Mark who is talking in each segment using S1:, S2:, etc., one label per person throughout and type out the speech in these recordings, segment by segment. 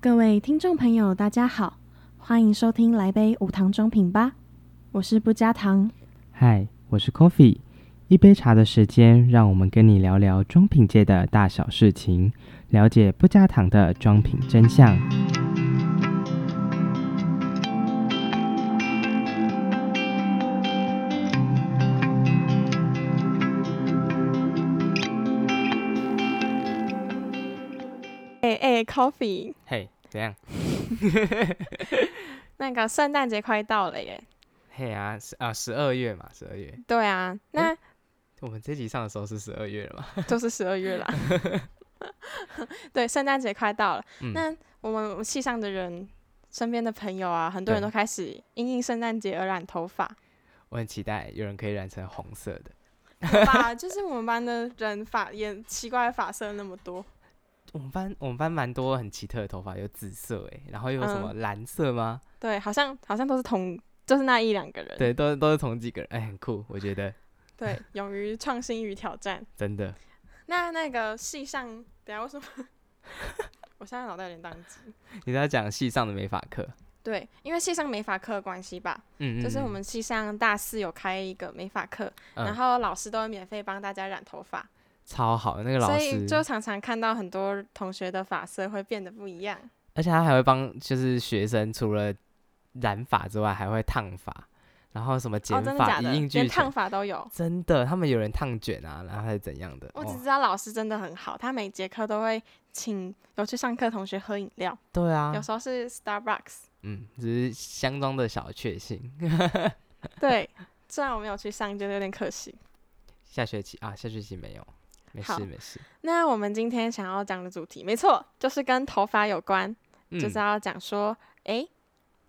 S1: 各位听众朋友，大家好，欢迎收听《来杯无糖中品》吧，我是不加糖。
S2: 嗨，我是 Coffee，一杯茶的时间，让我们跟你聊聊装品界的大小事情，了解不加糖的装品真相。
S3: 哎哎，Coffee，
S2: 嘿、怎样？
S3: 那个圣诞节快到了耶。
S2: 嘿啊，十啊十二月嘛，十二月，
S3: 对啊，那
S2: 我们这集上的时候是十二月了嘛？
S3: 就是十 二月啦。对，圣诞节快到了，
S2: 嗯
S3: 那我们我们系上的人、身边的朋友啊，很多人
S2: 对
S3: 都开始因应圣诞节而染 头发。
S2: 我很期待有人可以染成红色的。
S3: 吧，就是我们班的人发也奇怪的发色那么多，
S2: 我们班我们班蛮多很奇特的头发，有紫色诶，然后又有什
S3: 嗯
S2: 么蓝色吗？
S3: 对，好像好像都是同，就是那一两个人。
S2: 对，都都是同几个人，哎、很酷，我觉得
S3: 对，勇于创新与挑战。
S2: 真的。
S3: 那那个系上，等一下为什么？ 我现在脑袋有点宕机。
S2: 你在讲系上的美发课，
S3: 对，因为系上美发课的关系吧，
S2: 嗯，
S3: 就是
S2: 嗯
S3: 我们系上大四有开一个美发课，
S2: 嗯
S3: 然后老师都会免费帮大家染头发，
S2: 超好的那个老
S3: 所
S2: 师
S3: 以，就常常看到很多同学的发色会变得不一样。哦
S2: 而且他还会帮，就是学生除了染发之外，还会烫发，然后什么
S3: 哦，
S2: 剪
S3: 真的
S2: 发、
S3: 假的？
S2: 一应俱
S3: 连烫
S2: 全。
S3: 发都有。
S2: 真的，他们有人烫卷啊，然后还是怎样的？
S3: 我只
S2: 哦，
S3: 知道老师真的很好，他每节课都会请有去上课的同学喝饮料，
S2: 对啊
S3: 有，时候是 Starbucks。
S2: 嗯，只是相当的小确幸。
S3: 对，虽然我没有去上，觉得有点可惜。
S2: 下学期啊，下学期没有，没
S3: 好
S2: 事没事，
S3: 那我们今天想要讲的主题，没错，就是跟头发有关。
S2: 嗯
S3: 就是要讲说，诶，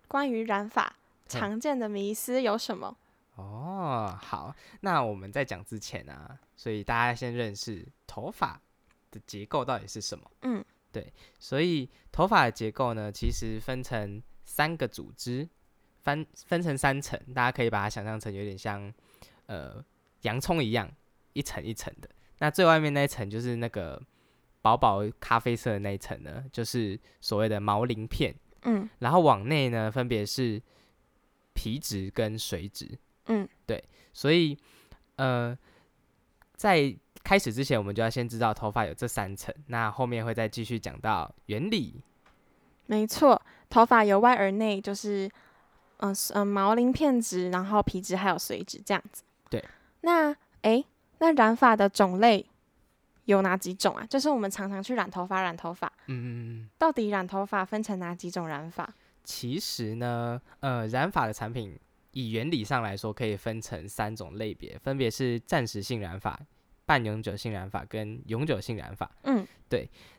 S3: 关于染发
S2: 嘿
S3: 常见的迷思有什么？
S2: 哦，好，那我们在讲之前啊，所以大家先认识头发的结构到底是什么。
S3: 嗯，
S2: 对，所以头发的结构呢，其实分成三个组织，分分成三层，大家可以把它想象成有点像呃洋葱一样，一层一层的。那最外面那一层就是那个薄薄咖啡色的那一层呢，就是所谓的毛鳞片，
S3: 嗯
S2: 然后往内呢分别是皮质跟水质。
S3: 嗯，
S2: 所以，呃，在开始之前，我们就要先知道头发有这三层，那后面会再继续讲到原理。
S3: 没错，头发由外而内就是，嗯、是嗯、毛鳞片质，然后皮质还有髓质这样子。
S2: 对，
S3: 那诶，那染发的种类有哪几种啊？就是我们常常去染头发，染头发
S2: 嗯，
S3: 到底染头发分成哪几种染法？
S2: 其实呢，呃，染发的产品以原理上来说，可以分成三种类别，分别是暂时性染发、半永久性染发跟永久性染发。
S3: 嗯，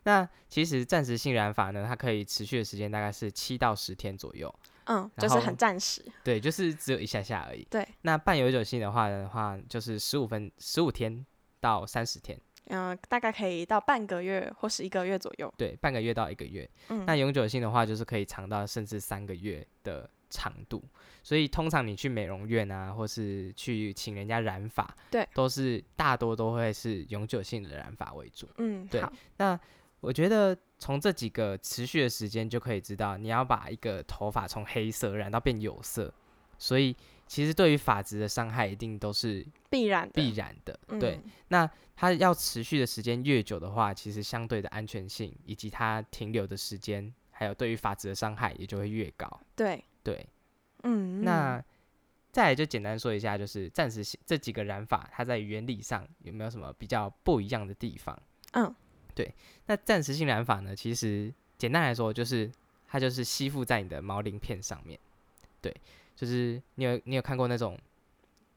S2: 那其实暂时性染发呢，它可以持续的时间大概是七到十天左右。
S3: 嗯，
S2: 然
S3: 就是很
S2: 后
S3: 暂时。
S2: 对，就是只有一下下而已。
S3: 对，
S2: 那半永久性的话的话，就是十五分十五天到三十天，
S3: 嗯、大概可以到半个月或是一个月左右。
S2: 对，半个月到一个月。
S3: 嗯，
S2: 那永久性的话，就是可以长到甚至三个月的长度。所以通常你去美容院啊，或是去请人家染发，
S3: 对，
S2: 都是大多都会是永久性的染发为主。
S3: 嗯，
S2: 对
S3: 好，
S2: 那我觉得从这几个持续的时间就可以知道，你要把一个头发从黑色染到变有色，所以其实对于发质的伤害一定都是
S3: 必然的。
S2: 必然的。对
S3: 嗯，
S2: 那它要持续的时间越久的话，其实相对的安全性以及它停留的时间，还有对于发质的伤害也就会越高。
S3: 对，
S2: 对，
S3: 嗯，
S2: 那再来就简单说一下，就是暂时性这几个染法，它在原理上有没有什么比较不一样的地方？
S3: 嗯，
S2: 对。那暂时性染法呢，其实简单来说就是它就是吸附在你的毛鳞片上面。对，就是你有你有看过那种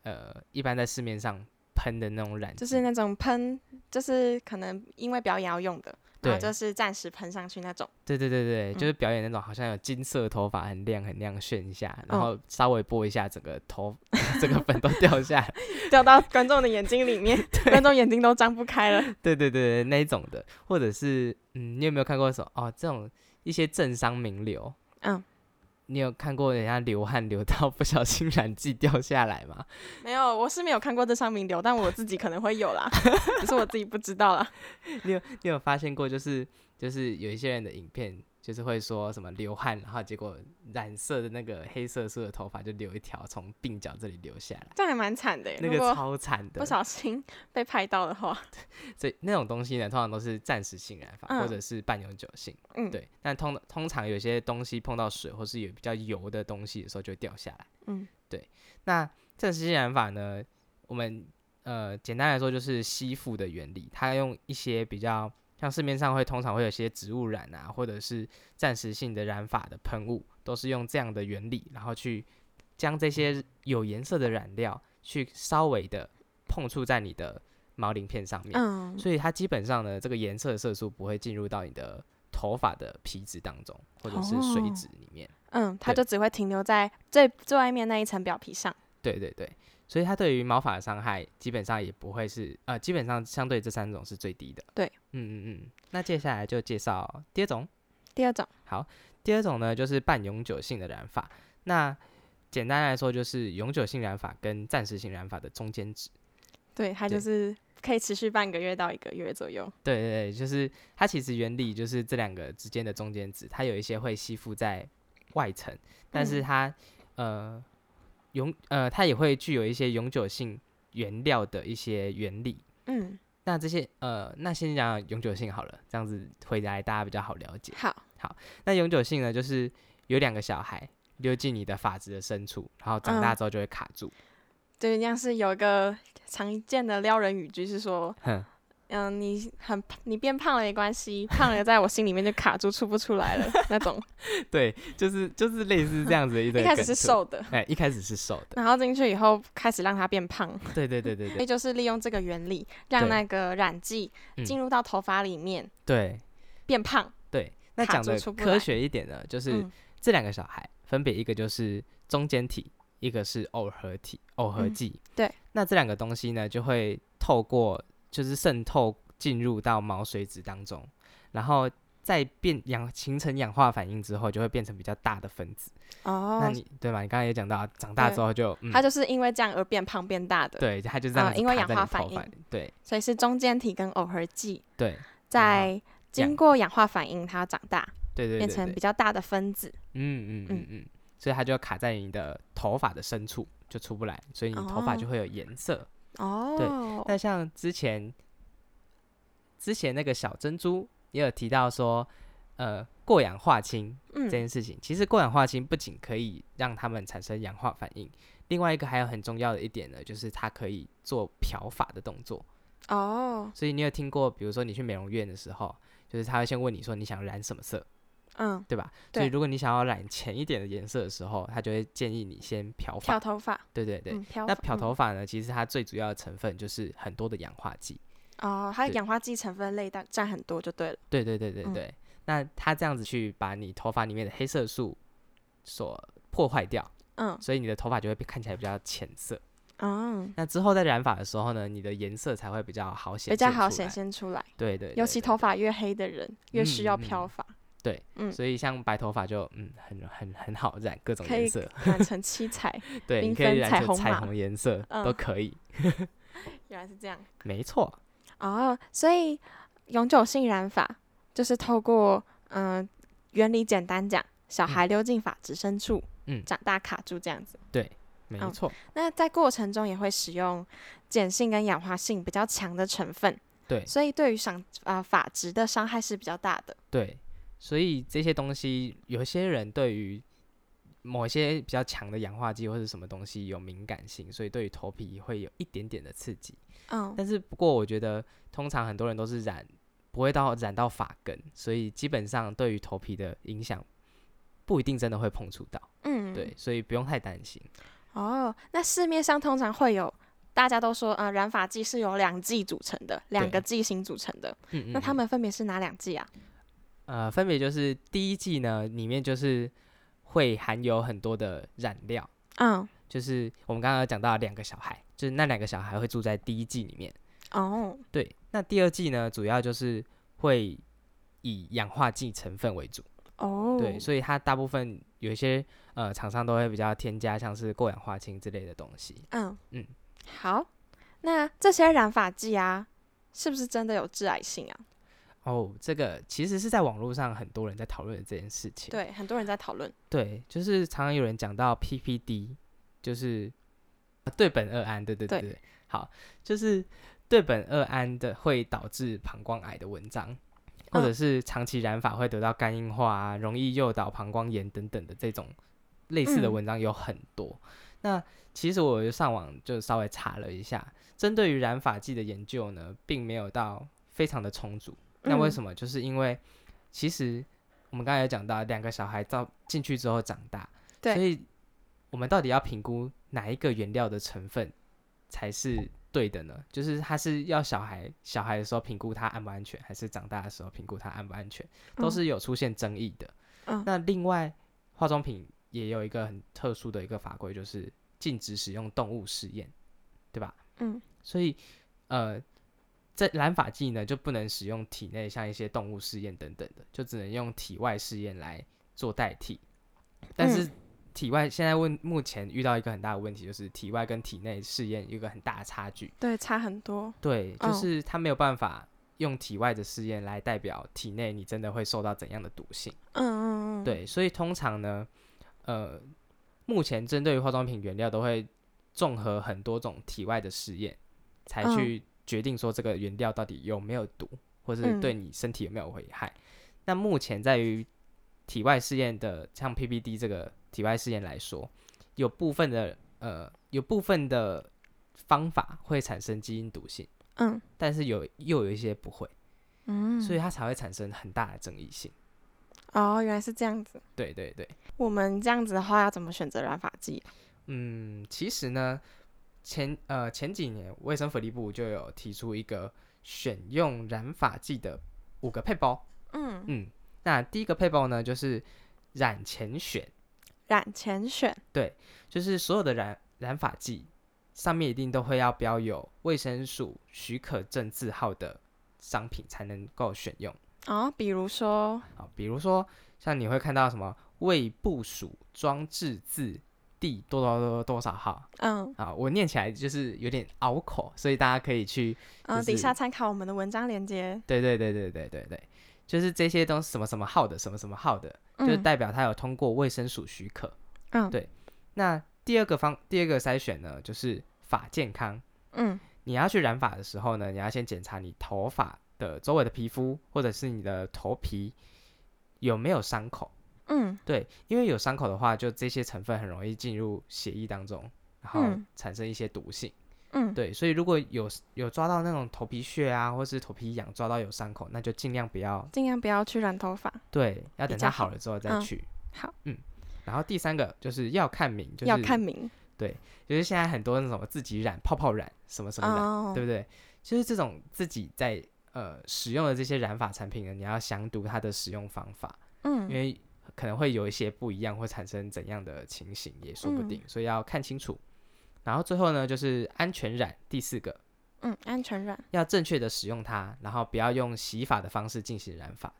S2: 呃，一般在市面上喷的那种染剂，
S3: 就是那种喷，就是可能因为表演要用的，然后
S2: 对
S3: 啊就是暂时喷上去那种。
S2: 对对对对，就
S3: 嗯
S2: 是表演那种好像有金色头发很亮很亮炫一下，然
S3: 嗯
S2: 后稍微拨一下，整个头整个粉都掉下来。
S3: 掉到观众的眼睛里面， 观众眼睛都张不开 了。
S2: 对对对，那一种的，或者是嗯，你有没有看过什么哦？这种一些政商名流，
S3: 嗯，
S2: 你有看过人家流汗流到 不小心染剂掉下来吗？
S3: 没有，我是没有看过这上名流，但我自己可能会 有啦，只是我自己不知道啦。
S2: 你有发现过，就是就是有一些人的影片，就是会说什么流汗，然后结果染色的那个黑色素的头发就留一条从鬓角这里流下来，
S3: 这样也蛮惨的耶。
S2: 那
S3: 如
S2: 个
S3: 果
S2: 超惨的
S3: 不。小心被拍到的话，
S2: 所以那种东西呢，通常都是暂时性染发、
S3: 嗯
S2: 或者是半永久性。
S3: 嗯
S2: 对。但通通常有些东西碰到水或是有比较油的东西的时候就会掉下来。
S3: 嗯，
S2: 对。那暂时性染发呢，我们呃简单来说就是吸附的原理，它用一些比较像市面上会通常会有些植物染啊，或者是暂时性的染发的喷雾，都是用这样的原理，然后去将这些有颜色的染料去稍微的碰触在你的毛鳞片上面。
S3: 嗯，
S2: 所以它基本上呢，这个颜色的色素不会进入到你的头发的皮质当中，或者是水
S3: 哦
S2: 质里面。
S3: 嗯，它
S2: 对
S3: 就只会停留在最最外面那一层表皮上。
S2: 对对对，所以它对于毛发的伤害基本上也不会是呃，基本上相对这三种是最低的。
S3: 对，
S2: 嗯嗯嗯。那接下来就介绍第二种，
S3: 第二种，
S2: 第二种呢就是半永久性的染发。那简单来说，就是永久性染发跟暂时性染发的中间值。
S3: 对，它
S2: 对
S3: 就是可以持续半个月到一个月左右。
S2: 对对对，就是它其实原理就是这两个之间的中间值，它有一些会吸附在外层，但是
S3: 嗯
S2: 它、呃永呃它也会具有一些永久性原料的一些原理。
S3: 嗯，
S2: 那这些呃，那先讲永久性好了，这样子回来大家比较好了解。
S3: 好，
S2: 那永久性呢，就是有两个小孩溜进你的发质的深处，然后长大
S3: 嗯
S2: 之后就会卡住。
S3: 就是像是有一个常见的撩人语句是说，
S2: 哼，
S3: 嗯，你很胖你变胖了没关系，胖了在我心里面就卡住，出不出 来了那种。
S2: 对，就是就是类似这样子的一堆。
S3: 一开始是，瘦的，
S2: 哎，一开始是瘦的。
S3: 然后进去以后开始让它变胖，
S2: 对对对对
S3: 所以
S2: 对
S3: 就是利用这个原理，让
S2: 对
S3: 那个染剂
S2: 嗯
S3: 进入到头发里面
S2: 对。
S3: 变胖。
S2: 对，那
S3: 卡
S2: 讲
S3: 住
S2: 的
S3: 出不
S2: 科
S3: 来
S2: 学一点呢，就是
S3: 嗯
S2: 这两个小孩分别一个就是中间体，一个是耦合体、耦合
S3: 嗯
S2: 剂。
S3: 对，
S2: 那这两个东西呢，就会透过就是渗透进入到毛髓质当中，然后再变氧形成氧化反应之后，就会变成比较大的分子。那
S3: 哦，
S2: 你对吧？你刚才也讲到，长大
S3: 对
S2: 之后就嗯
S3: 它。就是因为这样而变胖变大的，
S2: 对，它就这样
S3: 啊
S2: 子
S3: 因为
S2: 卡
S3: 氧
S2: 在
S3: 化
S2: 你
S3: 反
S2: 头发
S3: 应
S2: 里。对
S3: 所以是中间体跟耦合剂
S2: 对
S3: 在经过氧化反应，它长大
S2: 对对对，
S3: 变成
S2: 对
S3: 比较大的分子。
S2: 嗯嗯嗯
S3: 嗯
S2: 嗯，所以它就卡在你的头发的深处，就出不来，所以你头发
S3: 哦
S2: 就会有颜色。
S3: 哦，
S2: 那像之前之前那个小珍珠也有提到说，呃，过氧化氢这
S3: 嗯，
S2: 件事情，其实过氧化氢不仅可以让它们产生氧化反应，另外一个还有很重要的一点呢，就是它可以做漂发的动作。
S3: 哦，
S2: 所以你有听过，比如说你去美容院的时候，就是他会先问你说你想染什么色，
S3: 嗯，
S2: 对吧？所以
S3: 对
S2: 如果你想要染浅一点的颜色的时候，他就会建议你先漂
S3: 漂
S2: 发。
S3: 头发，
S2: 对对对。
S3: 嗯，漂
S2: 那
S3: 发
S2: 漂
S3: 嗯
S2: 头发呢？其实它最主要的成分就是很多的氧化剂。
S3: 哦，它
S2: 对
S3: 氧化剂成分类但占很多就对了。
S2: 对对对对
S3: 嗯
S2: 对。那它这样子去把你头发里面的黑色素所破坏掉，
S3: 嗯
S2: 所以你的头发就会变看起来比较浅色。
S3: 嗯，
S2: 那之后在染发的时候呢，你的颜色才会比较好显，
S3: 比较好显。现出来。
S2: 对对对
S3: 尤其
S2: 对
S3: 头发越黑的人越需要
S2: 嗯嗯
S3: 漂发，
S2: 对，
S3: 嗯
S2: 所以像白头发就嗯很很很好染各种
S3: 可
S2: 颜
S3: 以
S2: 色，
S3: 染成七 彩。
S2: 对，你
S3: 缤
S2: 可以
S3: 纷
S2: 染
S3: 彩
S2: 成
S3: 虹
S2: 彩
S3: 嘛
S2: 虹颜色
S3: 嗯
S2: 都可以，
S3: 原来是这样。
S2: 没错。
S3: 哦，所以永久性染发就是透过嗯、呃原理简单讲，小孩溜进发质深处，
S2: 嗯
S3: 长大卡住这样子。
S2: 没
S3: 嗯
S2: 错，
S3: 那在过程中也会使用碱性跟氧化性比较强的成分，
S2: 对
S3: 所以对于伤啊发质的伤害是比较大的。
S2: 对，所以这些东西，有些人对于某些比较强的氧化剂或者什么东西有敏感性，所以对于头皮会有一点点的刺激。
S3: 嗯
S2: 但是不过，我觉得通常很多人都是染，不会到染到发根，所以基本上对于头皮的影响不一定真的会碰触到。
S3: 嗯，
S2: 对，所以不用太担心。
S3: 哦，那市面上通常会有，大家都说啊、呃染发剂是由两剂组成的，两个剂型组成的。
S2: 嗯嗯
S3: 那他
S2: 嗯
S3: 们分别是哪两剂啊？
S2: 呃，分别就是第一季呢，里面就是会含有很多的染料。
S3: 嗯，
S2: 就是我们刚刚有讲到两个小孩，就是那两个小孩会住在第一季里面。
S3: 哦，
S2: 对，那第二季呢，主要就是会以氧化剂成分为主。
S3: 哦，
S2: 对，所以它大部分有一些呃厂商都会比较添加像是过氧化氢之类的东西。
S3: 嗯
S2: 嗯
S3: 嗯，好，那这些染发剂啊，是不是真的有致癌性啊？
S2: 哦，这个其实是在网络上很多人在讨论的这件事情。
S3: 对，很多人在讨论。
S2: 对，就是常常有人讲到 PPD，就是啊对苯二胺，对对
S3: 对
S2: 对，对好，就是对苯二胺的会导致膀胱癌的文章，或者
S3: 嗯
S2: 是长期染发会得到肝硬化啊，容易诱导膀胱炎等等的这种类似的
S3: 嗯
S2: 文章有很多。那其实我上网就稍微查了一下，针对于染发剂的研究呢，并没有到非常的充足。那为
S3: 么？
S2: 什么？就是因为其实我们刚才有讲到，两个小孩到进去之后长大，
S3: 对
S2: 所以我们到底要评估哪一个原料的成分才是对的呢？就是它是要小孩小孩的时候评估它安不安全，还是长大的时候评估它安不安全，都
S3: 嗯
S2: 是有出现争议的。
S3: 嗯
S2: 那另外，化妆品也有一个很特殊的一个法规，就是禁止使用动物实验，对吧？
S3: 嗯，
S2: 所以呃，在染发剂呢就不能使用体内像一些动物试验等等的，就只能用体外试验来做代替。但
S3: 嗯
S2: 是体外现在问目前遇到一个很大的问题，就是体外跟体内试验有一个很大的差距。
S3: 对，差很多。
S2: 对，就
S3: 哦
S2: 是它没有办法用体外的试验来代表体内你真的会受到怎样的毒性。
S3: 嗯嗯嗯，，
S2: 对，所以通常呢，呃，目前针对于化妆品原料都会综合很多种体外的试验，才
S3: 嗯
S2: 去决定说这个原料到底有没有毒，或是
S3: 嗯
S2: 对你身体有没有危害。那目前在于体外试验的，像 PPD 这个体外试验来说，有部分的呃，有部分的方法会产生基因毒性，
S3: 嗯
S2: 但是有又有一些不会，
S3: 嗯，
S2: 所以它才会产生很大的争议性。
S3: 哦，原来是这样子。
S2: 对对对。
S3: 我们这样子的话，要怎么选择染发剂？
S2: 嗯，其实呢，前呃前几年卫生福利部就有提出一个选用染发剂的五个配包。
S3: 嗯，
S2: 嗯，那第一个配包呢，就是染前选，
S3: 染前选。
S2: 就是所有的染染发剂上面一定都会要标有卫生署许可证字号的商品才能够选用。
S3: 哦，比如说，
S2: 好，啊比如说像你会看到什么未部署装置字第多多多多多少号，
S3: 嗯
S2: 啊，我念起来就是有点拗口，所以大家可以去，
S3: 嗯，
S2: 就是
S3: 底下参考我们的文章链接。
S2: 对对对对对对对，就是这些都是什么什么号的，什么什么号的，就是
S3: 嗯
S2: 代表它有通过卫生署许可。
S3: 嗯
S2: 对那第二个方第二个筛选呢，就是发健康。
S3: 嗯
S2: 你要去染发的时候呢，你要先检查你头发的周围的皮肤，或者是你的头皮有没有伤口。
S3: 嗯
S2: 对，因为有伤口的话，就这些成分很容易进入血液当中，然后
S3: 嗯
S2: 产生一些毒性。
S3: 嗯，
S2: 对，所以如果有有抓到那种头皮屑啊，或是头皮痒抓到有伤口，那就尽量不要
S3: 尽量不要去染头发，
S2: 对，要
S3: 比
S2: 等
S3: 较
S2: 它好
S3: 好
S2: 了之后再
S3: 嗯
S2: 去。
S3: 好，
S2: 嗯。然后第三个就是要看明，就是
S3: 要看明。
S2: 就是现在很多那种自己染泡泡染什么什么染，
S3: 哦，
S2: 对不对？就是这种自己在呃使用的这些染发产品呢，你要详读它的使用方法，因
S3: 嗯
S2: 为可能会有一些不一样，会产生怎样的情形也说不
S3: 嗯
S2: 定，所以要看清楚。然后最后呢，就是安全染第四个，
S3: 嗯，安全染。
S2: 要正确的使用它，然后不要用洗发的方式进行染发。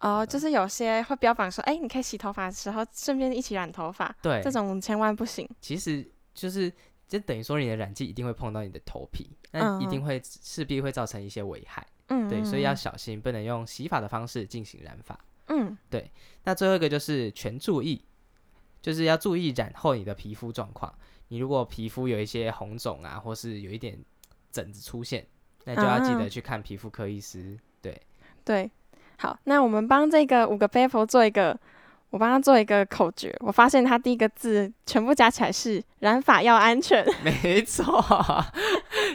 S3: 哦，就是有些会标榜说，哎，你可以洗头发的时候顺便一起染头发，
S2: 对，
S3: 这种千万不行。
S2: 其实就是就等于说你的染剂一定会碰到你的头皮，那一定
S3: 嗯
S2: 会势必会造成一些危害。
S3: 嗯，
S2: 对，所以
S3: 嗯
S2: 要小心，不能用洗发的方式进行染发。
S3: 嗯
S2: 那最后一个就是全注意，就是要注意染后你的皮肤状况。你如果皮肤有一些红肿啊，或是有一点疹子出现，那就要记
S3: 啊
S2: 得去看皮肤科医师。 对，
S3: 对，好，那我们帮这个五个 paper 做一个，我帮他做一个口诀。我发现他第一个字全部加起来是“染发要安全
S2: 没错，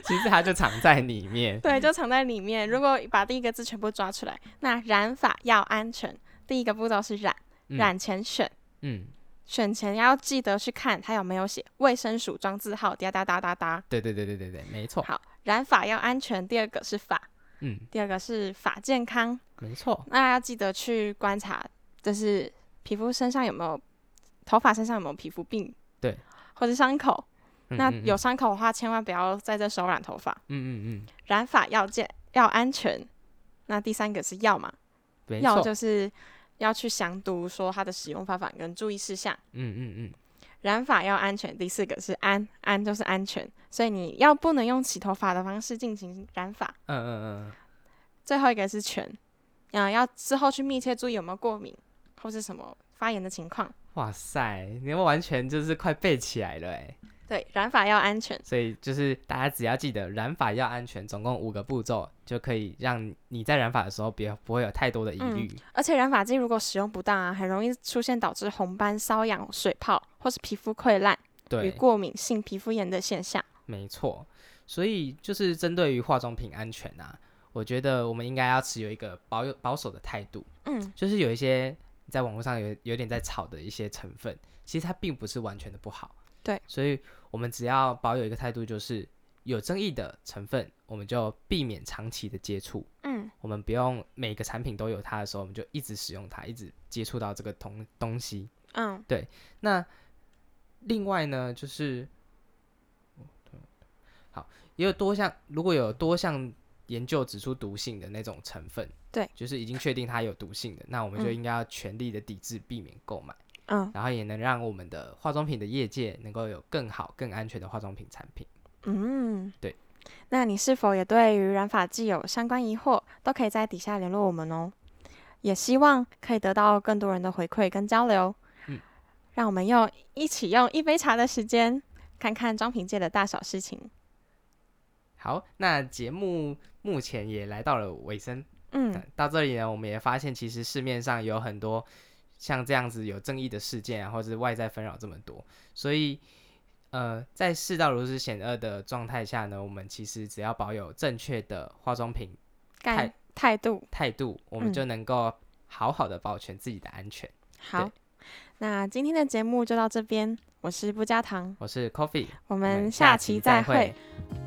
S2: 其实它就藏在里面”，。
S3: 对，就藏在里面。如果把第一个字全部抓出来，那“染发要安全”第一个步骤是染，
S2: 嗯
S3: 染前选，
S2: 嗯，
S3: 选前要记得去看它有没有写卫生署装字号，哒哒哒哒哒。
S2: 对对对对对对，没错，
S3: 好，染发要安全。第二个是发，
S2: 嗯，
S3: 第二个是发健康，
S2: 没错，
S3: 那要记得去观察，就是皮肤身上有没有头发身上有没有皮肤病，
S2: 对，
S3: 或者伤口。
S2: 嗯
S3: 那
S2: 嗯嗯
S3: 有伤口的话，千万不要在这时候染头发，
S2: 嗯嗯嗯，
S3: 染发要健要安全。那第三个是药嘛，
S2: 没
S3: 药
S2: 错，
S3: 就是要去详读说它的使用方法跟注意事项。
S2: 嗯嗯嗯，
S3: 染发要安全，第四个是安，安就是安全，所以你要不能用洗头发的方式进行染发，
S2: 嗯嗯嗯，
S3: 最后一个是全，啊，要之后去密切注意有没有过敏或是什么发炎的情况。
S2: 哇塞，你们完全就是快背起来了哎！
S3: 对，染发要安全。
S2: 所以就是大家只要记得染发要安全，总共五个步骤就可以让你在染发的时候别不会有太多的疑
S3: 嗯
S2: 虑。
S3: 而且染发剂如果使用不当啊，很容易出现导致红斑、瘙痒、水泡或是皮肤溃烂与
S2: 对，
S3: 过敏性皮肤炎的现象。
S2: 没错，所以就是针对于化妆品安全啊，我觉得我们应该要持有一个保有保守的态度。
S3: 嗯，
S2: 就是有一些在网络上有有点在炒的一些成分，其实它并不是完全的不好。
S3: 对，
S2: 所以我们只要保有一个态度，就是有争议的成分，我们就避免长期的接触。
S3: 嗯，
S2: 我们不用每个产品都有它的时候，我们就一直使用它，一直接触到这个东东西。
S3: 嗯，
S2: 那另外呢，就是好，也有多项，如果有多项研究指出毒性的那种成分，
S3: 对，
S2: 就是已经确定它有毒性的，那我们就
S3: 嗯
S2: 应该要全力的抵制，避免购买，
S3: 嗯，
S2: 然后也能让我们的化妆品的业界能够有更好、更安全的化妆品产品。
S3: 嗯，
S2: 对。
S3: 那你是否也对于染发剂有相关疑惑，都可以在底下联络我们哦。也希望可以得到更多人的回馈跟交流。
S2: 嗯，
S3: 让我们用一起用一杯茶的时间，看看妆品界的大小事情。
S2: 好，那节目目前也来到了尾声，
S3: 嗯
S2: 那到这里呢，我们也发现其实市面上有很多像这样子有争议的事件啊，或者是外在纷扰这么多，所以呃，在世道如此险恶的状态下呢，我们其实只要保有正确的化妆品
S3: 干态度。
S2: 态度，我们
S3: 嗯
S2: 就能够好好的保全自己的安全。
S3: 好，那今天的节目就到这边，我是不加糖，
S2: 我是 Coffee，
S3: 我
S2: 我
S3: 们下期再会。
S2: 会。